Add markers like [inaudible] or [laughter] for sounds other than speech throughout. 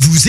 Vous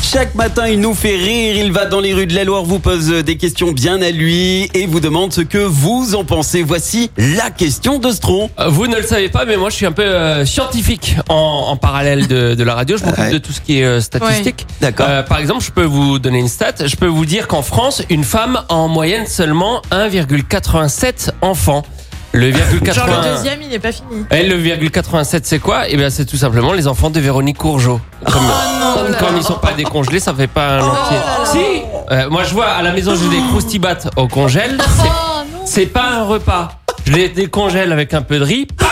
Chaque matin, il nous fait rire, il va dans les rues de la Loire, vous pose des questions bien à lui et vous demande ce que vous en pensez. Voici la question de Stron. Euh, Vous ne le savez pas, mais moi je suis un peu euh, scientifique en, en parallèle de, de la radio. Je m'occupe Ouais. de tout ce qui est euh, statistique. D'accord. Euh, par exemple, je peux vous donner une stat. Je peux vous dire qu'en France, une femme a en moyenne seulement 1,87 enfants. Le Genre le 0,87 deuxième, il n'est pas fini. et le 0,87 c'est quoi Eh bien c'est tout simplement les enfants de Véronique Courgeot. Comme- Ah non, quand là. Oh ils sont pas décongelés, ça fait pas un entier. Si Euh, Moi je vois à la maison j'ai des croustibates au congèle. C'est Oh non. c'est pas un repas. Je les décongèle avec un peu de riz. Paf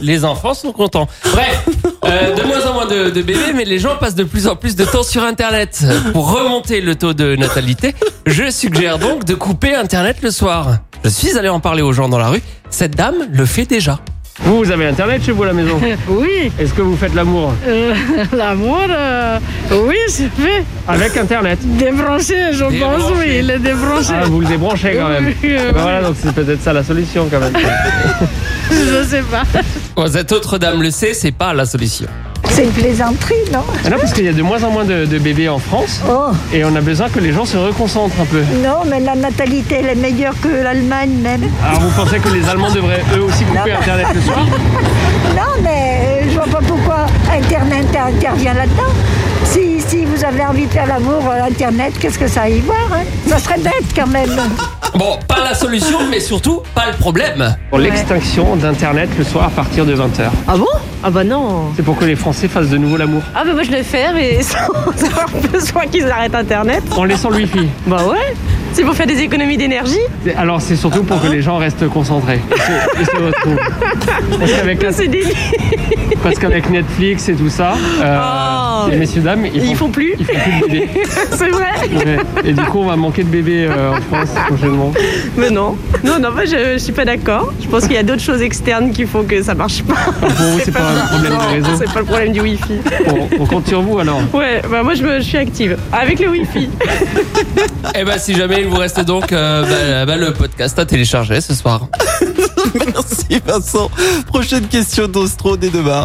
Les enfants sont contents. Bref, euh, de moins en moins de, de bébés, mais les gens passent de plus en plus de temps sur Internet. Pour remonter le taux de natalité, je suggère donc de couper Internet le soir. Je suis allé en parler aux gens dans la rue. Cette dame le fait déjà. Vous, vous avez internet chez vous à la [laughs] maison Oui, Est-ce que vous faites l'amour euh, [laughs] l'amour, euh, oui, c'est fait. avec internet [laughs] Débranché, je pense, Débranché. oui, il est débranché. Ah, vous le débranchez quand même. Oui, euh, Ben voilà, donc c'est peut-être ça la solution [laughs] quand même. Je sais pas. Bon, Oh, cette autre dame le sait, c'est pas la solution. C'est une plaisanterie, non Ah non, parce qu'il y a de moins en moins de, de bébés en France Oh, et on a besoin que les gens se reconcentrent un peu. non, mais la natalité, elle est meilleure que l'Allemagne même. Alors vous pensez que les Allemands devraient eux aussi couper internet le soir Non, mais euh, je vois pas pourquoi Internet intervient là-dedans. Si, si vous avez envie de faire l'amour euh, Internet, qu'est-ce que ça a à y voir hein Ça serait bête quand même. Bon, pas la solution, mais surtout pas le problème. Pour l'extinction d'internet le soir à partir de 20h. Ah bon Ah bah non. C'est pour que les Français fassent de nouveau l'amour Ah bah moi je le fais, mais [laughs] sans avoir besoin qu'ils arrêtent Internet. en laissant le wifi. Bah ouais. C'est pour faire des économies d'énergie. Alors c'est surtout pour que les gens restent concentrés et se, et se retrouvent. Parce qu'avec la- C'est [laughs] délire. Parce qu'avec Netflix et tout ça, euh, Oh. les messieurs, dames, ils, Ils font, font plus. [laughs] ils font plus de bébés. C'est vrai. Ouais. Et du coup, on va manquer de bébés euh, en France prochainement. Mais non. Non, non, moi je, je suis pas d'accord. Je pense qu'il y a d'autres choses externes qui font que ça marche pas. Enfin, pour vous, c'est pas un [laughs] problème Non, de réseau. C'est pas le problème du Wi-Fi. On, on compte sur vous alors. Ouais, bah moi je, me- je suis active. Avec le Wi-Fi. Eh ben, si jamais il vous reste donc euh, bah, bah, le podcast à télécharger ce soir. Merci Vincent. Prochaine question d'Ostro dès demain.